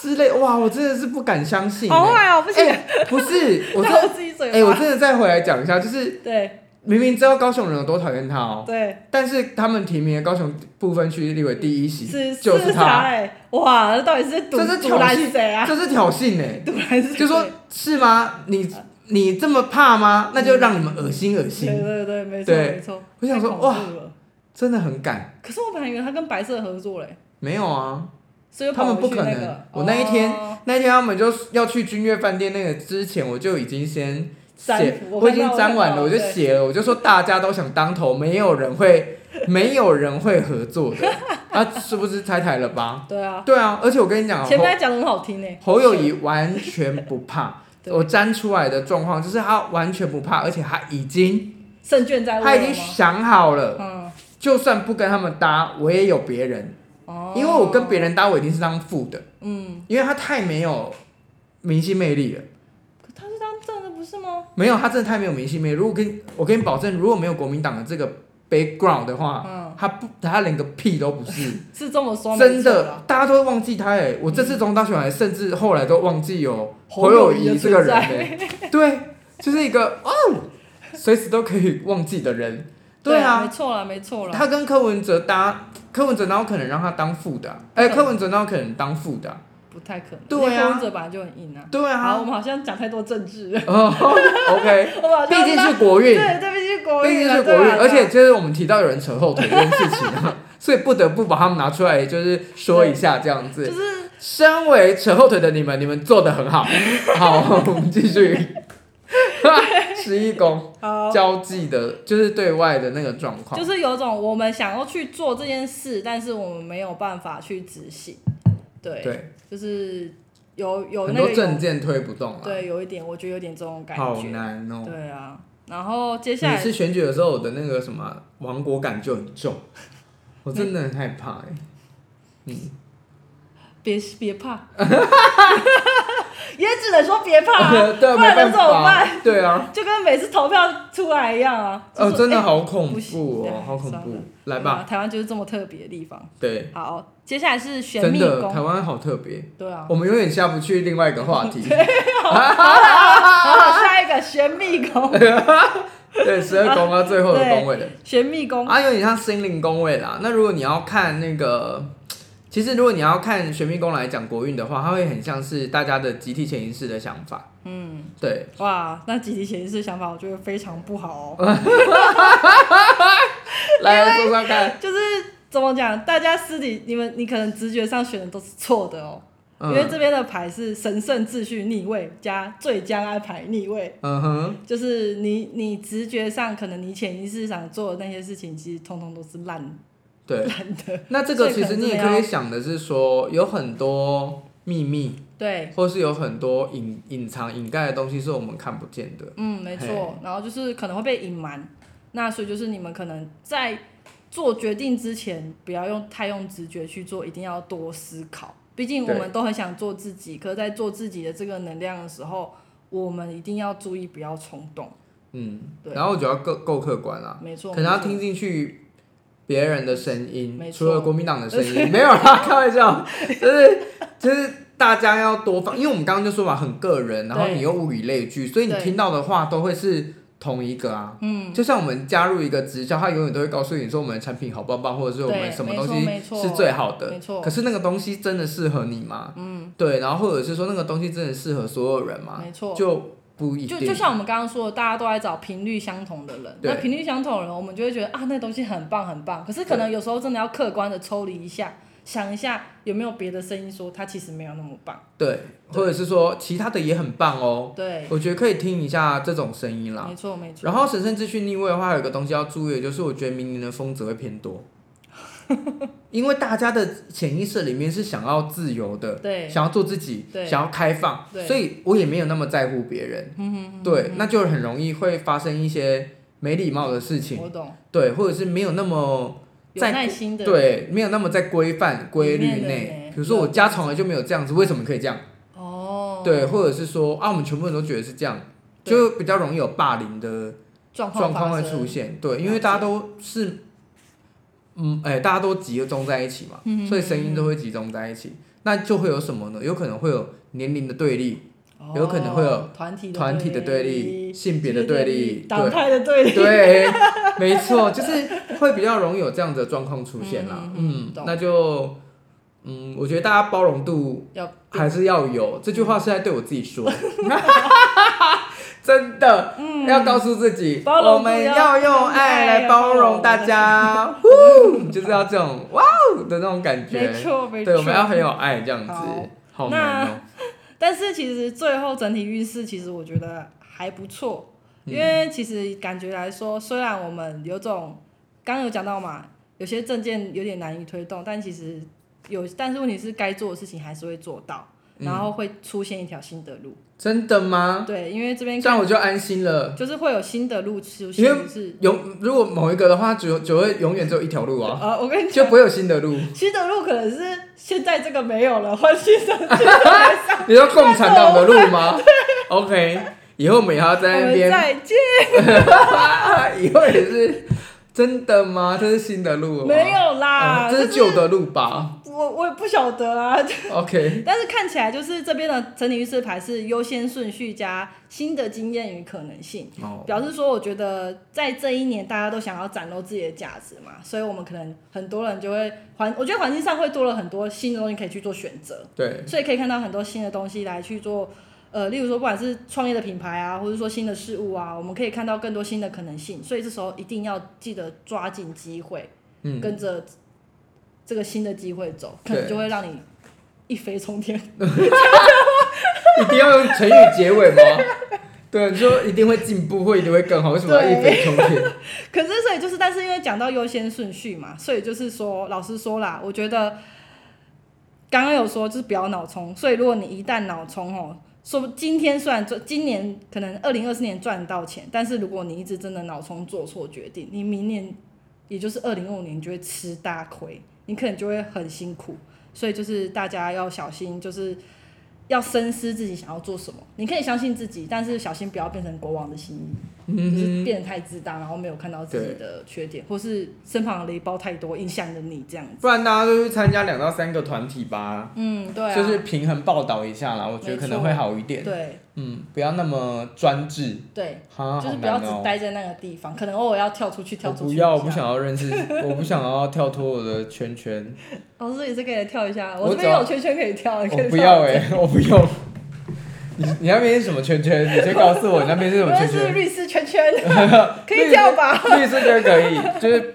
A: 之类，哇，我真的是不敢相信、
B: 好
A: 欸。
B: 坏哦，不行，
A: 哎、不是， 我
B: 打
A: 真
B: 我自己嘴
A: 哎、
B: 巴。
A: 我真的再回来讲一下，就是
B: 对
A: 明明知道高雄人有多讨厌他哦、
B: 对，
A: 但是他们提名的高雄部分区立委第一席
B: 是
A: 就
B: 市
A: 是
B: 长
A: 他，
B: 哎、哇，这到底是赌
A: 这是
B: 赌
A: 挑
B: 来
A: 衅
B: 谁啊？
A: 这是挑衅哎、
B: 赌来是谁？
A: 就说是吗？你你这么怕吗？那就让你们恶心恶
B: 对
A: 心，
B: 对对，没错
A: 对
B: 没错。
A: 我想说
B: 太恐怖了，
A: 真的很敢。
B: 可是我本来以为他跟白色合作嘞、
A: 没有啊，
B: 所以
A: 他们
B: 跑回去
A: 不可
B: 那
A: 能
B: 个。
A: 我那一天
B: 哦
A: 那天他们就要去君悦饭店那个之前，我就已经先
B: 占
A: 写，
B: 卜我
A: 我已
B: 看到
A: 经沾完了，
B: 我
A: 我
B: 看
A: 就
B: 到
A: 写了，我就说大家都想当头，没有人会，没有人会合作的，啊，是不是拆台了吧？
B: 对啊，
A: 对啊，而且我跟你讲啊，
B: 前
A: 后
B: 面还讲的很好听呢、，
A: 侯友谊完全不怕
B: 对
A: 我粘出来的状况就是他完全不怕，而且他已经
B: 胜券在握
A: 他已经
B: 了吗？
A: 想好了，
B: 嗯，
A: 就算不跟他们搭，我也有别人，
B: 哦，
A: 因为我跟别人搭，我一定是当副的，
B: 嗯，
A: 因为他太没有明星魅力了。
B: 可他是当正的不是吗？
A: 没有，他真的太没有明星魅力。如果跟我跟你保证，如果没有国民党的这个 background 的话，
B: 嗯
A: 他不，他连个屁都不 是，
B: 是这么说，
A: 真
B: 没错
A: 的
B: 啦，，
A: 大家都会忘记他。哎，我这次总大选还甚至后来都忘记有侯友
B: 友谊
A: 谊
B: 的
A: 这个
B: 存
A: 人
B: 在
A: 哎。对，就是一个哦，随时都可以忘记的人。
B: 对
A: 对啊
B: 没，错啦，没错啦。
A: 他跟柯文哲搭，柯文哲哪有可能让他当副的啊、哎、
B: 不可能
A: 柯文哲哪有可能当副的啊、
B: 不太可能。
A: 对
B: 因为
A: 啊
B: 柯文哲本来就很硬啊。
A: 对
B: 好，我
A: 啊，
B: 们好像讲太多政治了，
A: 哦，OK，
B: 我们好像
A: 毕竟是国运，
B: 对对，毕竟是国
A: 毕
B: 运
A: 竟
B: 啊，
A: 是国
B: 对
A: 运，
B: 啊
A: 而且就是我们提到有人扯后腿这件事情、 啊，所以不得不把他们拿出来，就是说一下这样
B: 对啊就
A: 子。
B: 是
A: 身为扯后腿的你们，你们做的很 好。好，我们继续。 十一宫
B: 好，
A: 交际的，就是对外的那个状况
B: 就，是有种我们想要去做这件事，但是我们没有办法去执行。对，
A: 对，
B: 就是有有
A: 很
B: 那
A: 多
B: 个
A: 证
B: 有
A: 件推不动啊，
B: 对，有一点，我觉得有点这种感
A: 好
B: 觉。
A: 难哦。
B: 对啊，然后接下
A: 每
B: 来
A: 次选举的时候，我的那个什么亡国感就很重， 我真的很害怕哎、
B: 别别怕，也只只能说别怕、 啊，
A: 对啊，
B: 不然
A: 没
B: 能
A: 办
B: 怎么办？
A: 法，对啊，
B: 就跟每次投票出来一样啊。 就
A: 哦，
B: 说
A: 真的
B: 哎
A: 好恐
B: 不行
A: 怖
B: 对啊
A: 哦，好恐
B: 算
A: 怖
B: 了，啊
A: 来
B: 对啊
A: 吧，
B: 台湾就是这么特别的地方。
A: 对，
B: 好，接下来是玄
A: 真
B: 秘
A: 的，台
B: 宫，
A: 湾好特别，
B: 对啊。
A: 我们永远下不去另外一个话题，
B: 好，下一个玄秘宫，
A: 对，十二宫啊，最后的宫位的，
B: 玄秘宫，
A: 啊，有点像心灵宫位啦。那如果你要看那个，其实如果你要看玄秘宫来讲国运的话，它会很像是大家的集体潜意识的想法。嗯，对，
B: 哇，那集体潜意识想法我觉得非常不好哦，
A: 来来说说看，
B: 就是怎么讲，大家私底你们你可能直觉上选的都是错的哦，因为
A: 嗯
B: 这边的牌是神圣秩序逆位加最佳安排逆位，
A: 嗯哼，
B: 就是你你直觉上可能你潜意识想做的那些事情，其实通通都是烂
A: 对。
B: 烂的，
A: 那这个其实你也可以想的是说，有很多秘密，
B: 对，
A: 或是有很多隐隐藏、掩盖的东西是我们看不见的。
B: 嗯，没
A: 嘿
B: 错。然后就是可能会被隐瞒，那所以就是你们可能在做决定之前，不要用太用直觉去做，一定要多思考。毕竟我
A: 对
B: 们都很想做自己，可是在做自己的这个能量的时候，我们一定要注意不要冲动。
A: 嗯，
B: 对
A: 然后我觉得要够够客观啦，
B: 没错，
A: 啊可能要
B: 没错
A: 听进去别人的声音
B: 没，
A: 除
B: 错
A: 了国民党的声 音，没有啦，开玩笑，就是就是大家要多方，因为我们刚刚就说嘛，很个人，然后
B: 对
A: 你又物以类聚，所以你
B: 对
A: 听到的话都会是。同一个啊，嗯，就像我们加入一个直销，他永远都会告诉你说我们的产品好棒棒，或者是我们
B: 对
A: 什么
B: 没
A: 东
B: 错
A: 西
B: 没错
A: 是最好的，
B: 没错
A: 可是那个东西真的适合你吗？嗯，对，然后或者是说那个东西真的适合所有人吗？
B: 没错。
A: 啊就不一定。
B: 就就像我们刚刚说的，大家都在找频率相同的人。
A: 对
B: 那频率相同的人，我们就会觉得啊，那东西很棒很棒。可是可能有时候真的要客观的抽离一下，想一下有没有别的声音说它其实没有那么棒。
A: 对，或者是说其他的也很棒哦，
B: 对，
A: 我觉得可以听一下这种声音啦
B: 没。错没错。
A: 然后神圣秩序逆位的话，还有一个东西要注意的，就是我觉得明年的风只会偏多， 因为大家的潜意识里面是想要自由的，
B: 对
A: 想要做自己，
B: 对
A: 想要开放，
B: 对嗯
A: 所以我也没有那么在乎别人，对，那就很容易会发生一些没礼貌的事情，
B: 我懂，
A: 对，或者是没有那么
B: 嗯有
A: 在
B: 耐心的，
A: 对，没有那么在规范规律
B: 里面的
A: 内
B: 呢。
A: 比如说我
B: 有
A: 家从来就没有这样子，为什么可以这样？
B: 哦，
A: 对，或者是说啊，我们全部人都觉得是这样，
B: 对
A: 就比较容易有霸凌的
B: 状
A: 状况
B: 发
A: 会
B: 生
A: 出，现。对，
B: 了
A: 因为大家都是，嗯，哎、大家都集中在一起嘛，
B: 嗯
A: 所以声音都会集中在一起，那就会有什么呢？有可能会有年龄的对立、
B: 哦
A: 有可能会有
B: 团体
A: 团体的对立、
B: 立、
A: 性别
B: 的
A: 的对
B: 立、
A: 立，
B: 党
A: 对
B: 派的对立，
A: 对，没错，就是会比较容易有这样子的状况出现啦。
B: 嗯嗯
A: 嗯，
B: 懂
A: 那就。嗯，我觉得大家包容度
B: 要
A: 还是要有。这句话是在对我自己 说，真的，要告诉自己，
B: 嗯包容度
A: 我们
B: 要
A: 要用爱来包容大家，呼，就是要这 种哇哦的那种感
B: 没
A: 觉，
B: 错没错，
A: 对，我们要很有爱这样子
B: 好，
A: 好难哦，
B: 但是其实最后整体运势，其实我觉得还不错，
A: 嗯
B: 因为其实感觉来说，虽然我们有种刚刚有讲到嘛，有些证件有点难以推动，但其实有，但是问题是该做的事情还是会做到，
A: 嗯
B: 然后会出现一条新的路。
A: 真的吗？
B: 对，因为这边
A: 这样我就安心了。
B: 就是会有新的路出
A: 因为
B: 现，是
A: 有如果某一个的话，只有只会永远只有一条路 啊，
B: 呃，我跟你
A: 就
B: 讲
A: 不，会有新的路。
B: 新的路可能是现在这个没有了，换新 的去。
A: 你说共产党 的路
B: 啊
A: 吗？OK，以后我们也要
B: 我
A: 在那
B: 们
A: 边
B: 再见，
A: 以后也是真的吗？这是新的路吗
B: 没、有啊啦，
A: 哦这是旧的路吧
B: 我我也不晓得啊，
A: ？OK，
B: 但是看起来就是这边的整体运势牌是优先顺序加新的经验与可能性，
A: 哦，
B: 表示说我觉得在这一年大家都想要展露自己的价值嘛，所以我们可能很多人就会环，我觉得环境上会多了很多新的东西可以去做选择，
A: 对，
B: 所以可以看到很多新的东西来去做。呃，例如说，不管是创业的品牌啊，或者说新的事物啊，我们可以看到更多新的可能性，所以这时候一定要记得抓紧机会，
A: 嗯，
B: 跟着这个新的机会走，可能
A: 对
B: 就会让你一飞冲天。
A: 一定要用成语结尾吗？ 对，你说一定会进步，或一定会更好，为什么要一飞冲 天？
B: 可是所以就是，但是因为讲到优先顺序嘛，所以就是说，老实说啦，我觉得刚刚有说就是不要脑冲，所以如果你一旦脑冲哦。说不今天虽然赚，今年可能二零二四年赚到钱，但是如果你一直真的脑冲做错决定，你明年也就是二零二五年你就会吃大亏，你可能就会很辛苦。所以就是大家要小心，就是要深思自己想要做什么。你可以相信自己，但是小心不要变成国王的心意，
A: 嗯
B: 就是变得太自大，然后没有看到自己的缺点，或是身旁的雷包太多，影响了你这样子。
A: 不然大家都去参加两到三个团体吧，
B: 嗯，对啊，
A: 就是平衡报道一下啦，我觉得可能会好一点。
B: 对
A: 嗯，不要那么专制，
B: 对，
A: 哈，
B: 就是
A: 好
B: 不要
A: 难
B: 只
A: 哦。
B: 待在那个地方，可能偶尔要跳出去，
A: 我
B: 跳出
A: 不
B: 去。
A: 要，我不。想要认识， 我不想要跳脱我的圈 圈，
B: 老师也是可哦以跳一下，我
A: 我
B: 这边
A: 只要
B: 有圈圈可以跳，你可以
A: 我
B: 跳
A: 不要哎、 我不用。你你那边是什么圈圈？你先告诉我你那边是什
B: 原
A: 么
B: 来
A: 圈啊
B: 是
A: 圈？
B: 律师圈圈， 可以跳吧？
A: 绿色圈可以，就是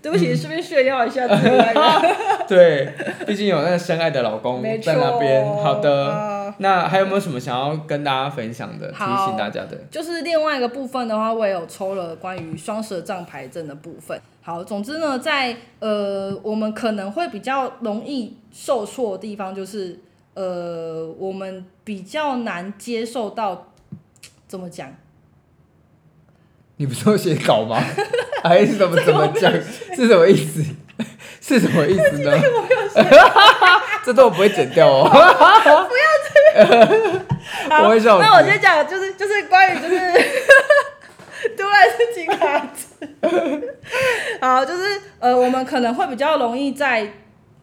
B: 对不
A: 嗯
B: 起，顺便炫耀一下自己那个
A: 对，毕竟有那个深爱的老公
B: 没错。
A: 在那边。好的。
B: 嗯
A: 那还有没有什么想要跟大家分享的、提
B: 好
A: 醒大家的？
B: 就是另外一个部分的话，我也有抽了关于双蛇杖牌阵的部分。好，总之呢，在呃，我们可能会比较容易受挫的地方，就是呃，我们比较难接受到怎么讲，
A: 你不是有写稿吗？ 还是怎 么怎么讲？是什么意思？ 是什么意思呢？ 这都我不会剪掉哦。 不要
B: 好，
A: 我会笑死。
B: 那我先讲，就是就是关于就是 突然是金卡子，好，就是呃，我们可能会比较容易在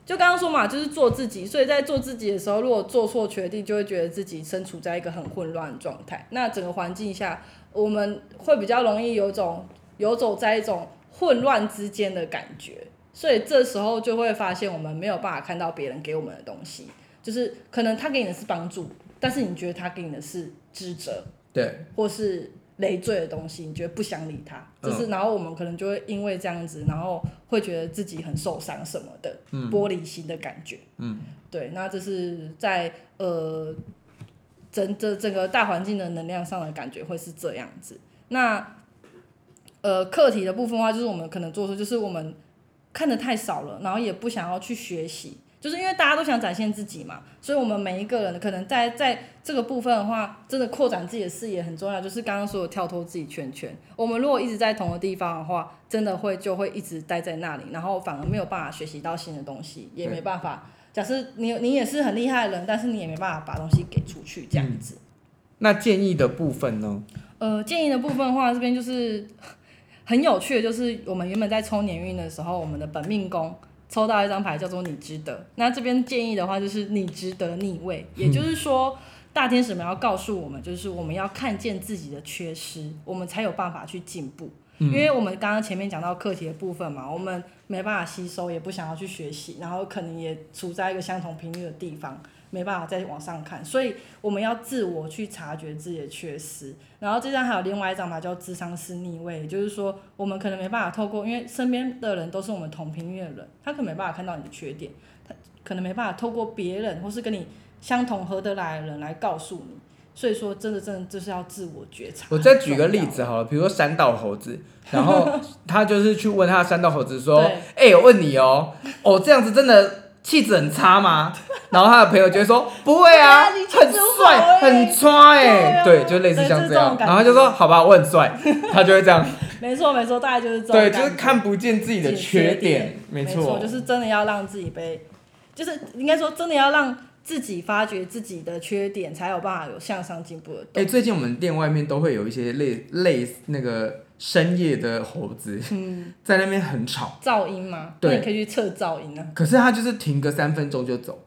B: 就刚刚说嘛，就是做自己，所以在做自己的时候，如果做错决定，就会觉得自己身处在一个很混乱的状态。那整个环境下，我们会比较容易有种游走在一种混乱之间的感觉，所以这时候就会发现我们没有办法看到别人给我们的东西，就是可能他给你的是帮助，但是你觉得他给你的是指责
A: 对，
B: 或是累赘的东西，你觉得不想理他，
A: 嗯
B: 就是然后我们可能就会因为这样子，然后会觉得自己很受伤什么的，玻璃心的感觉。
A: 嗯，
B: 对，那这是在呃整这整个大环境的能量上的感觉会是这样子。那呃课题的部分的话，就是我们可能做出就是我们看的太少了，然后也不想要去学习，就是因为大家都想展现自己嘛，所以我们每一个人可能在在这个部分的话，真的扩展自己的视野很重要。就是刚刚说的跳脱自己圈圈，我们如果一直在同个地方的话，真的会就会一直待在那里，然后反而没有办法学习到新的东西，也没办法。假设你你也是很厉害的人，但是你也没办法把东西给出去这样子。
A: 那建议的部分呢？
B: 呃，建议的部分的话，这边就是很有趣的，就是我们原本在抽年运的时候，我们的本命宫抽到一张牌叫做“你值得”。那这边建议的话，就是你值得逆位，也就是说，大天使们要告诉我们，就是我们要看见自己的缺失，我们才有办法去进步。
A: 嗯
B: 因为我们刚刚前面讲到课题的部分嘛，我们没办法吸收，也不想要去学习，然后可能也处在一个相同频率的地方，没办法再往上看，所以我们要自我去察觉自己的缺失。然后这张还有另外一张嘛，叫智商是逆位，也就是说我们可能没办法透过，因为身边的人都是我们同频率的人，他可能没办法看到你的缺点，他可能没办法透过别人或是跟你相同合得来的人来告诉你。所以说，真的真的就是要自我觉察。
A: 我再举个例子好了，比如说山道猴子，然后他就是去问他山道猴子说
B: 对：“
A: 哎、我问你哦，哦这样子真的气质很差 吗？”然后他的朋友就会说：“不会啊，
B: 对啊你气质
A: 很
B: 好
A: 帅，
B: 欸
A: 很抓
B: 对
A: 哎、
B: 啊
A: 对，就类似
B: 对
A: 像
B: 就是
A: 这
B: 这
A: 样
B: 种，感
A: 然后他就
B: 觉
A: 说：“好吧，我很帅。” 他就会这样，
B: 没错没错，大概就是这种
A: 对，
B: 感觉。
A: 就是看不见自己的缺点，
B: 没
A: 错，
B: 就是真的要让自己被，就是应该说真的要让自己发掘自己的缺点，才有办法有向上进步的
A: 哎、
B: 动力。
A: 最近我们店外面都会有一些类类似那个深夜的猴子
B: 嗯，
A: 在那边很吵，
B: 噪音嘛，
A: 对
B: 那你可以去测噪音啊。
A: 可是他就是停个三分钟就走，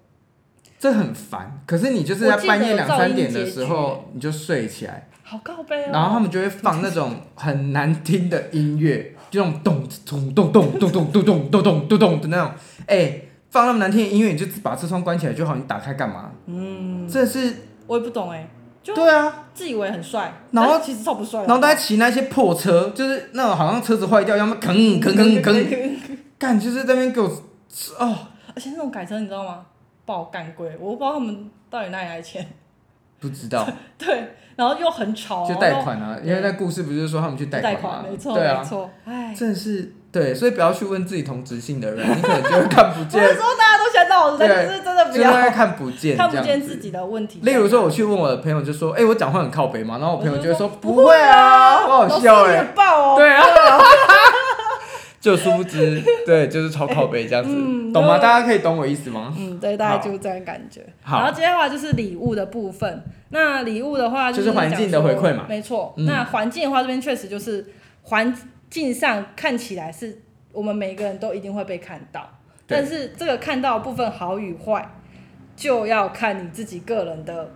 A: 这很烦。可是你就是在半夜两三点的时
B: 我记得有
A: 候你就睡起来，
B: 好告背哦。
A: 然后他们就会放那种很难听的音乐，就那种咚咚咚咚咚咚咚咚咚咚咚咚的那种，哎、放那么难听的音乐，你就把车窗关起来就好，你打开干嘛？嗯，这是
B: 我也不懂哎，就啊
A: 对啊。
B: 自以为很帅，
A: 然后
B: 但是其实超不帅的。
A: 然后大家骑那些破车，就是那种好像车子坏掉，要么吭吭吭吭，干就是在那边给我哦，
B: 而且那种改车你知道吗？爆干贵，我不知道他们到底哪里来的钱。
A: 不知道
B: 对，然后又很吵，
A: 就贷
B: 然后
A: 款啊，因为那故事不是说他们去
B: 又
A: 贷
B: 哦贷
A: 款
B: 款，
A: 吗？
B: 没错
A: 对啊
B: 没，错，哎。
A: 真的是对，所以不要去问自己同直性的 人，你可能就会看不
B: 不
A: 见
B: 是，说大家都想到我但
A: 对
B: 就是真的不
A: 就会
B: 要
A: 看不见，
B: 看不见
A: 这样
B: 自
A: 子。
B: 己的问题。
A: 例如说，我去问我的朋友，就说：“哎、我讲话很靠北嘛。”然后我朋友就会说：“不会
B: 会
A: 欸
B: 啊
A: 啊，我好笑哎、
B: 爆哦，
A: 对啊，就殊不知，对，就是超靠背这样子，
B: 嗯
A: 懂吗？
B: 对
A: 大家可以懂我意思吗？
B: 嗯，对，大概就是这样感觉。
A: 好
B: 然后接下来就是礼物的部分。那礼物的话
A: 就是
B: 是
A: 环境的回馈嘛
B: 讲说没错。
A: 嗯
B: 那环境的话，这边确实就是环境上看起来是我们每个人都一定会被看到，
A: 对
B: 但是这个看到的部分好与坏，就要看你自己个人的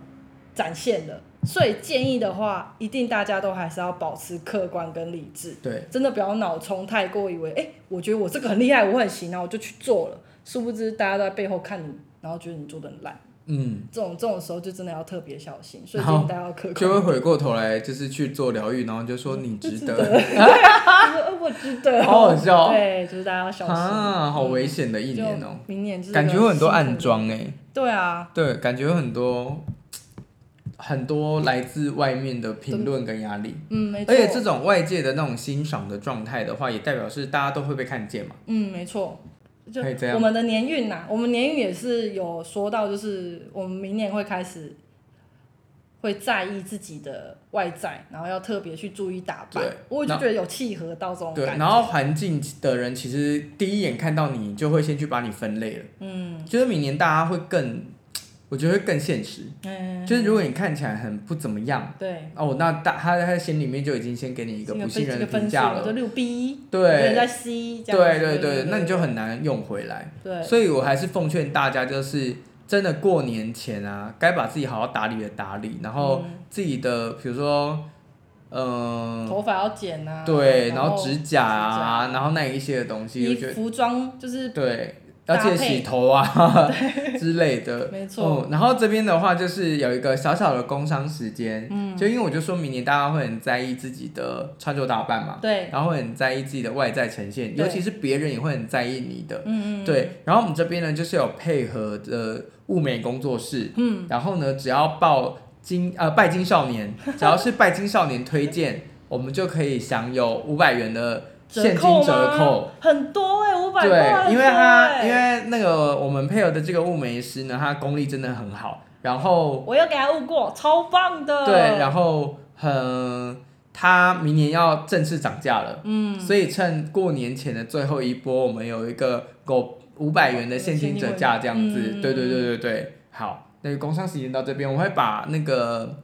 B: 展现了。所以建议的话，一定大家都还是要保持客观跟理智。
A: 对，
B: 真的不要脑冲太过，以为哎、诶我觉得我这个很厉害，我很行，然后我就去做了。殊不知大家都在背后看你，然后觉得你做的很烂。
A: 嗯，
B: 这种这种时候就真的要特别小心，所以
A: 好
B: 建议大家要客观。
A: 就会回过头来就是去做疗愈，然后就说你值
B: 就值
A: 得，
B: 就是呃我值得，
A: 好好笑哦
B: 对，就是大家要小心。
A: 啊，好危险的一年
B: 就
A: 哦、
B: 明年就是
A: 感觉有很多暗
B: 装。
A: 装哎、
B: 对啊，
A: 对，感觉有很多很多来自外面的评论跟压力，
B: 嗯，没错。
A: 而且这种外界的那种欣赏的状态的话，也代表是大家都会被看见嘛，
B: 嗯，没错。就
A: 可以这样
B: 我们的年运呐、我们年运也是有说到，就是我们明年会开始会在意自己的外在，然后要特别去注意打扮
A: 对。
B: 我就
A: 那
B: 觉得有契合到这种
A: 对，
B: 感觉。
A: 然后环境的人其实第一眼看到你就会先去把你分类了，嗯，就是明年大家会更，我觉得会更现实，
B: 嗯，
A: 就是如果你看起来很不怎么样。
B: 对，
A: 哦，那大他他心里面就已经先给你一个不信任的
B: 这个分
A: 评
B: 数
A: 价
B: 我就
A: 了，
B: 六 B，有人
A: 对
B: 在 C，这样
A: 对
B: 子
A: 对对，
B: 对
A: 那你就很难用回来。
B: 对
A: 所以我还是奉劝大家，就是真的过年前啊，该把自己好好打理的打理，然后
B: 嗯
A: 自己的比如说，嗯、
B: 头发要剪啊，
A: 对，
B: 然
A: 然后指甲啊，然后那一些的东西，
B: 衣
A: 我觉得
B: 服装就是
A: 对，
B: 搭
A: 而且
B: 配
A: 洗头啊 之类的。
B: 没错
A: 嗯，然后这边的话就是有一个小小的工商时间，嗯，就因为我就说明年大家会很在意自己的穿着打扮嘛，
B: 对，
A: 然后会很在意自己的外在呈现，
B: 对
A: 尤其是别人也会很在意你的，
B: 嗯嗯，
A: 对。然后我们这边呢，就是有配合的物美工作室，嗯，然后呢，只要报金呃拜金少 年，只要是拜金少年推荐，我们就可以享有五百元的现金
B: 扣
A: 折扣
B: 吗，很多哎，五百块，欸
A: 对，因为他因
B: 为
A: 为那个我们配合的这个物美师呢，他功力真的很好，然后
B: 我又给他悟过，超棒的，
A: 对，然后嗯，他明年要正式涨价了，嗯，所以趁过年前的最后一波，我们有一个狗五百元的现金折价这样子，
B: 嗯
A: 对对对对对，好，那个工商时间到这边，我会把那个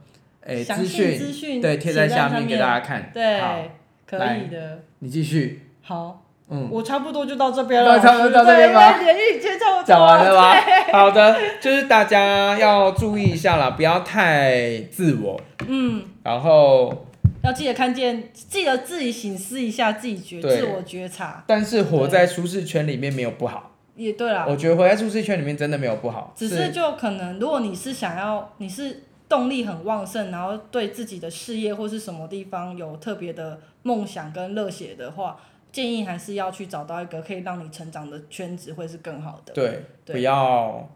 A: 诶
B: 详
A: 资
B: 细
A: 讯
B: 资讯
A: 对贴在下面给大
B: 家，
A: 家看，好
B: 对，可
A: 来
B: 以的。
A: 你继续，
B: 好，
A: 嗯。
B: 我差不多就到这边了，
A: 对差不多到这边
B: 对
A: 吧
B: 因为连续接差不多
A: 讲完了 吗？好的，就是大家要注意一下啦，不要太自我，
B: 嗯，
A: 然后
B: 要记得看见，记得自己醒思一下，自己觉
A: 对
B: 自我觉察。
A: 但是活在舒适圈里面没有不好，
B: 也对啦，
A: 我觉得活在舒适圈里面真的没有不好，
B: 只是就可能，如果你是想要，你是动力很旺盛，然后对自己的事业或是什么地方有特别的梦想跟热血的话，建议还是要去找到一个可以让你成长的圈子，会是更好的。
A: 对，
B: 对
A: 不要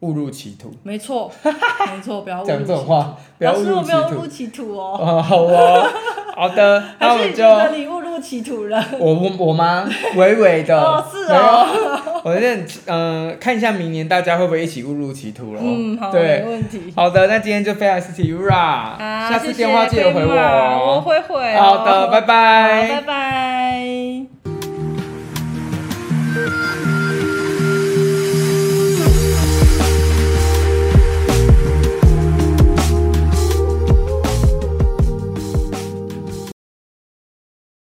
A: 误入歧途。
B: 没错，没错，不要误
A: 讲这
B: 入
A: 种
B: 歧
A: 话，不要
B: 老
A: 误
B: 师，
A: 入
B: 我
A: 歧
B: 没有
A: 途。
B: 入歧 途哦，
A: 哦，好 哦，好的，那
B: 还
A: 我
B: 是
A: 们
B: 你
A: 就哦
B: 的礼物入歧途 了？
A: 我我我妈微微的，
B: 哦是哦
A: 没有， 我认嗯、看一下明年大家会不会一起误入歧途了。
B: 嗯，好，
A: 对
B: 没，问题。
A: 好的，那今天就非常谢谢 Yura，、
B: 啊，
A: 下次
B: 谢谢
A: 电话记得回
B: 贝玛我
A: 我。哦
B: 会回哦。
A: 好的，拜
B: 好，拜
A: 拜。
B: 拜。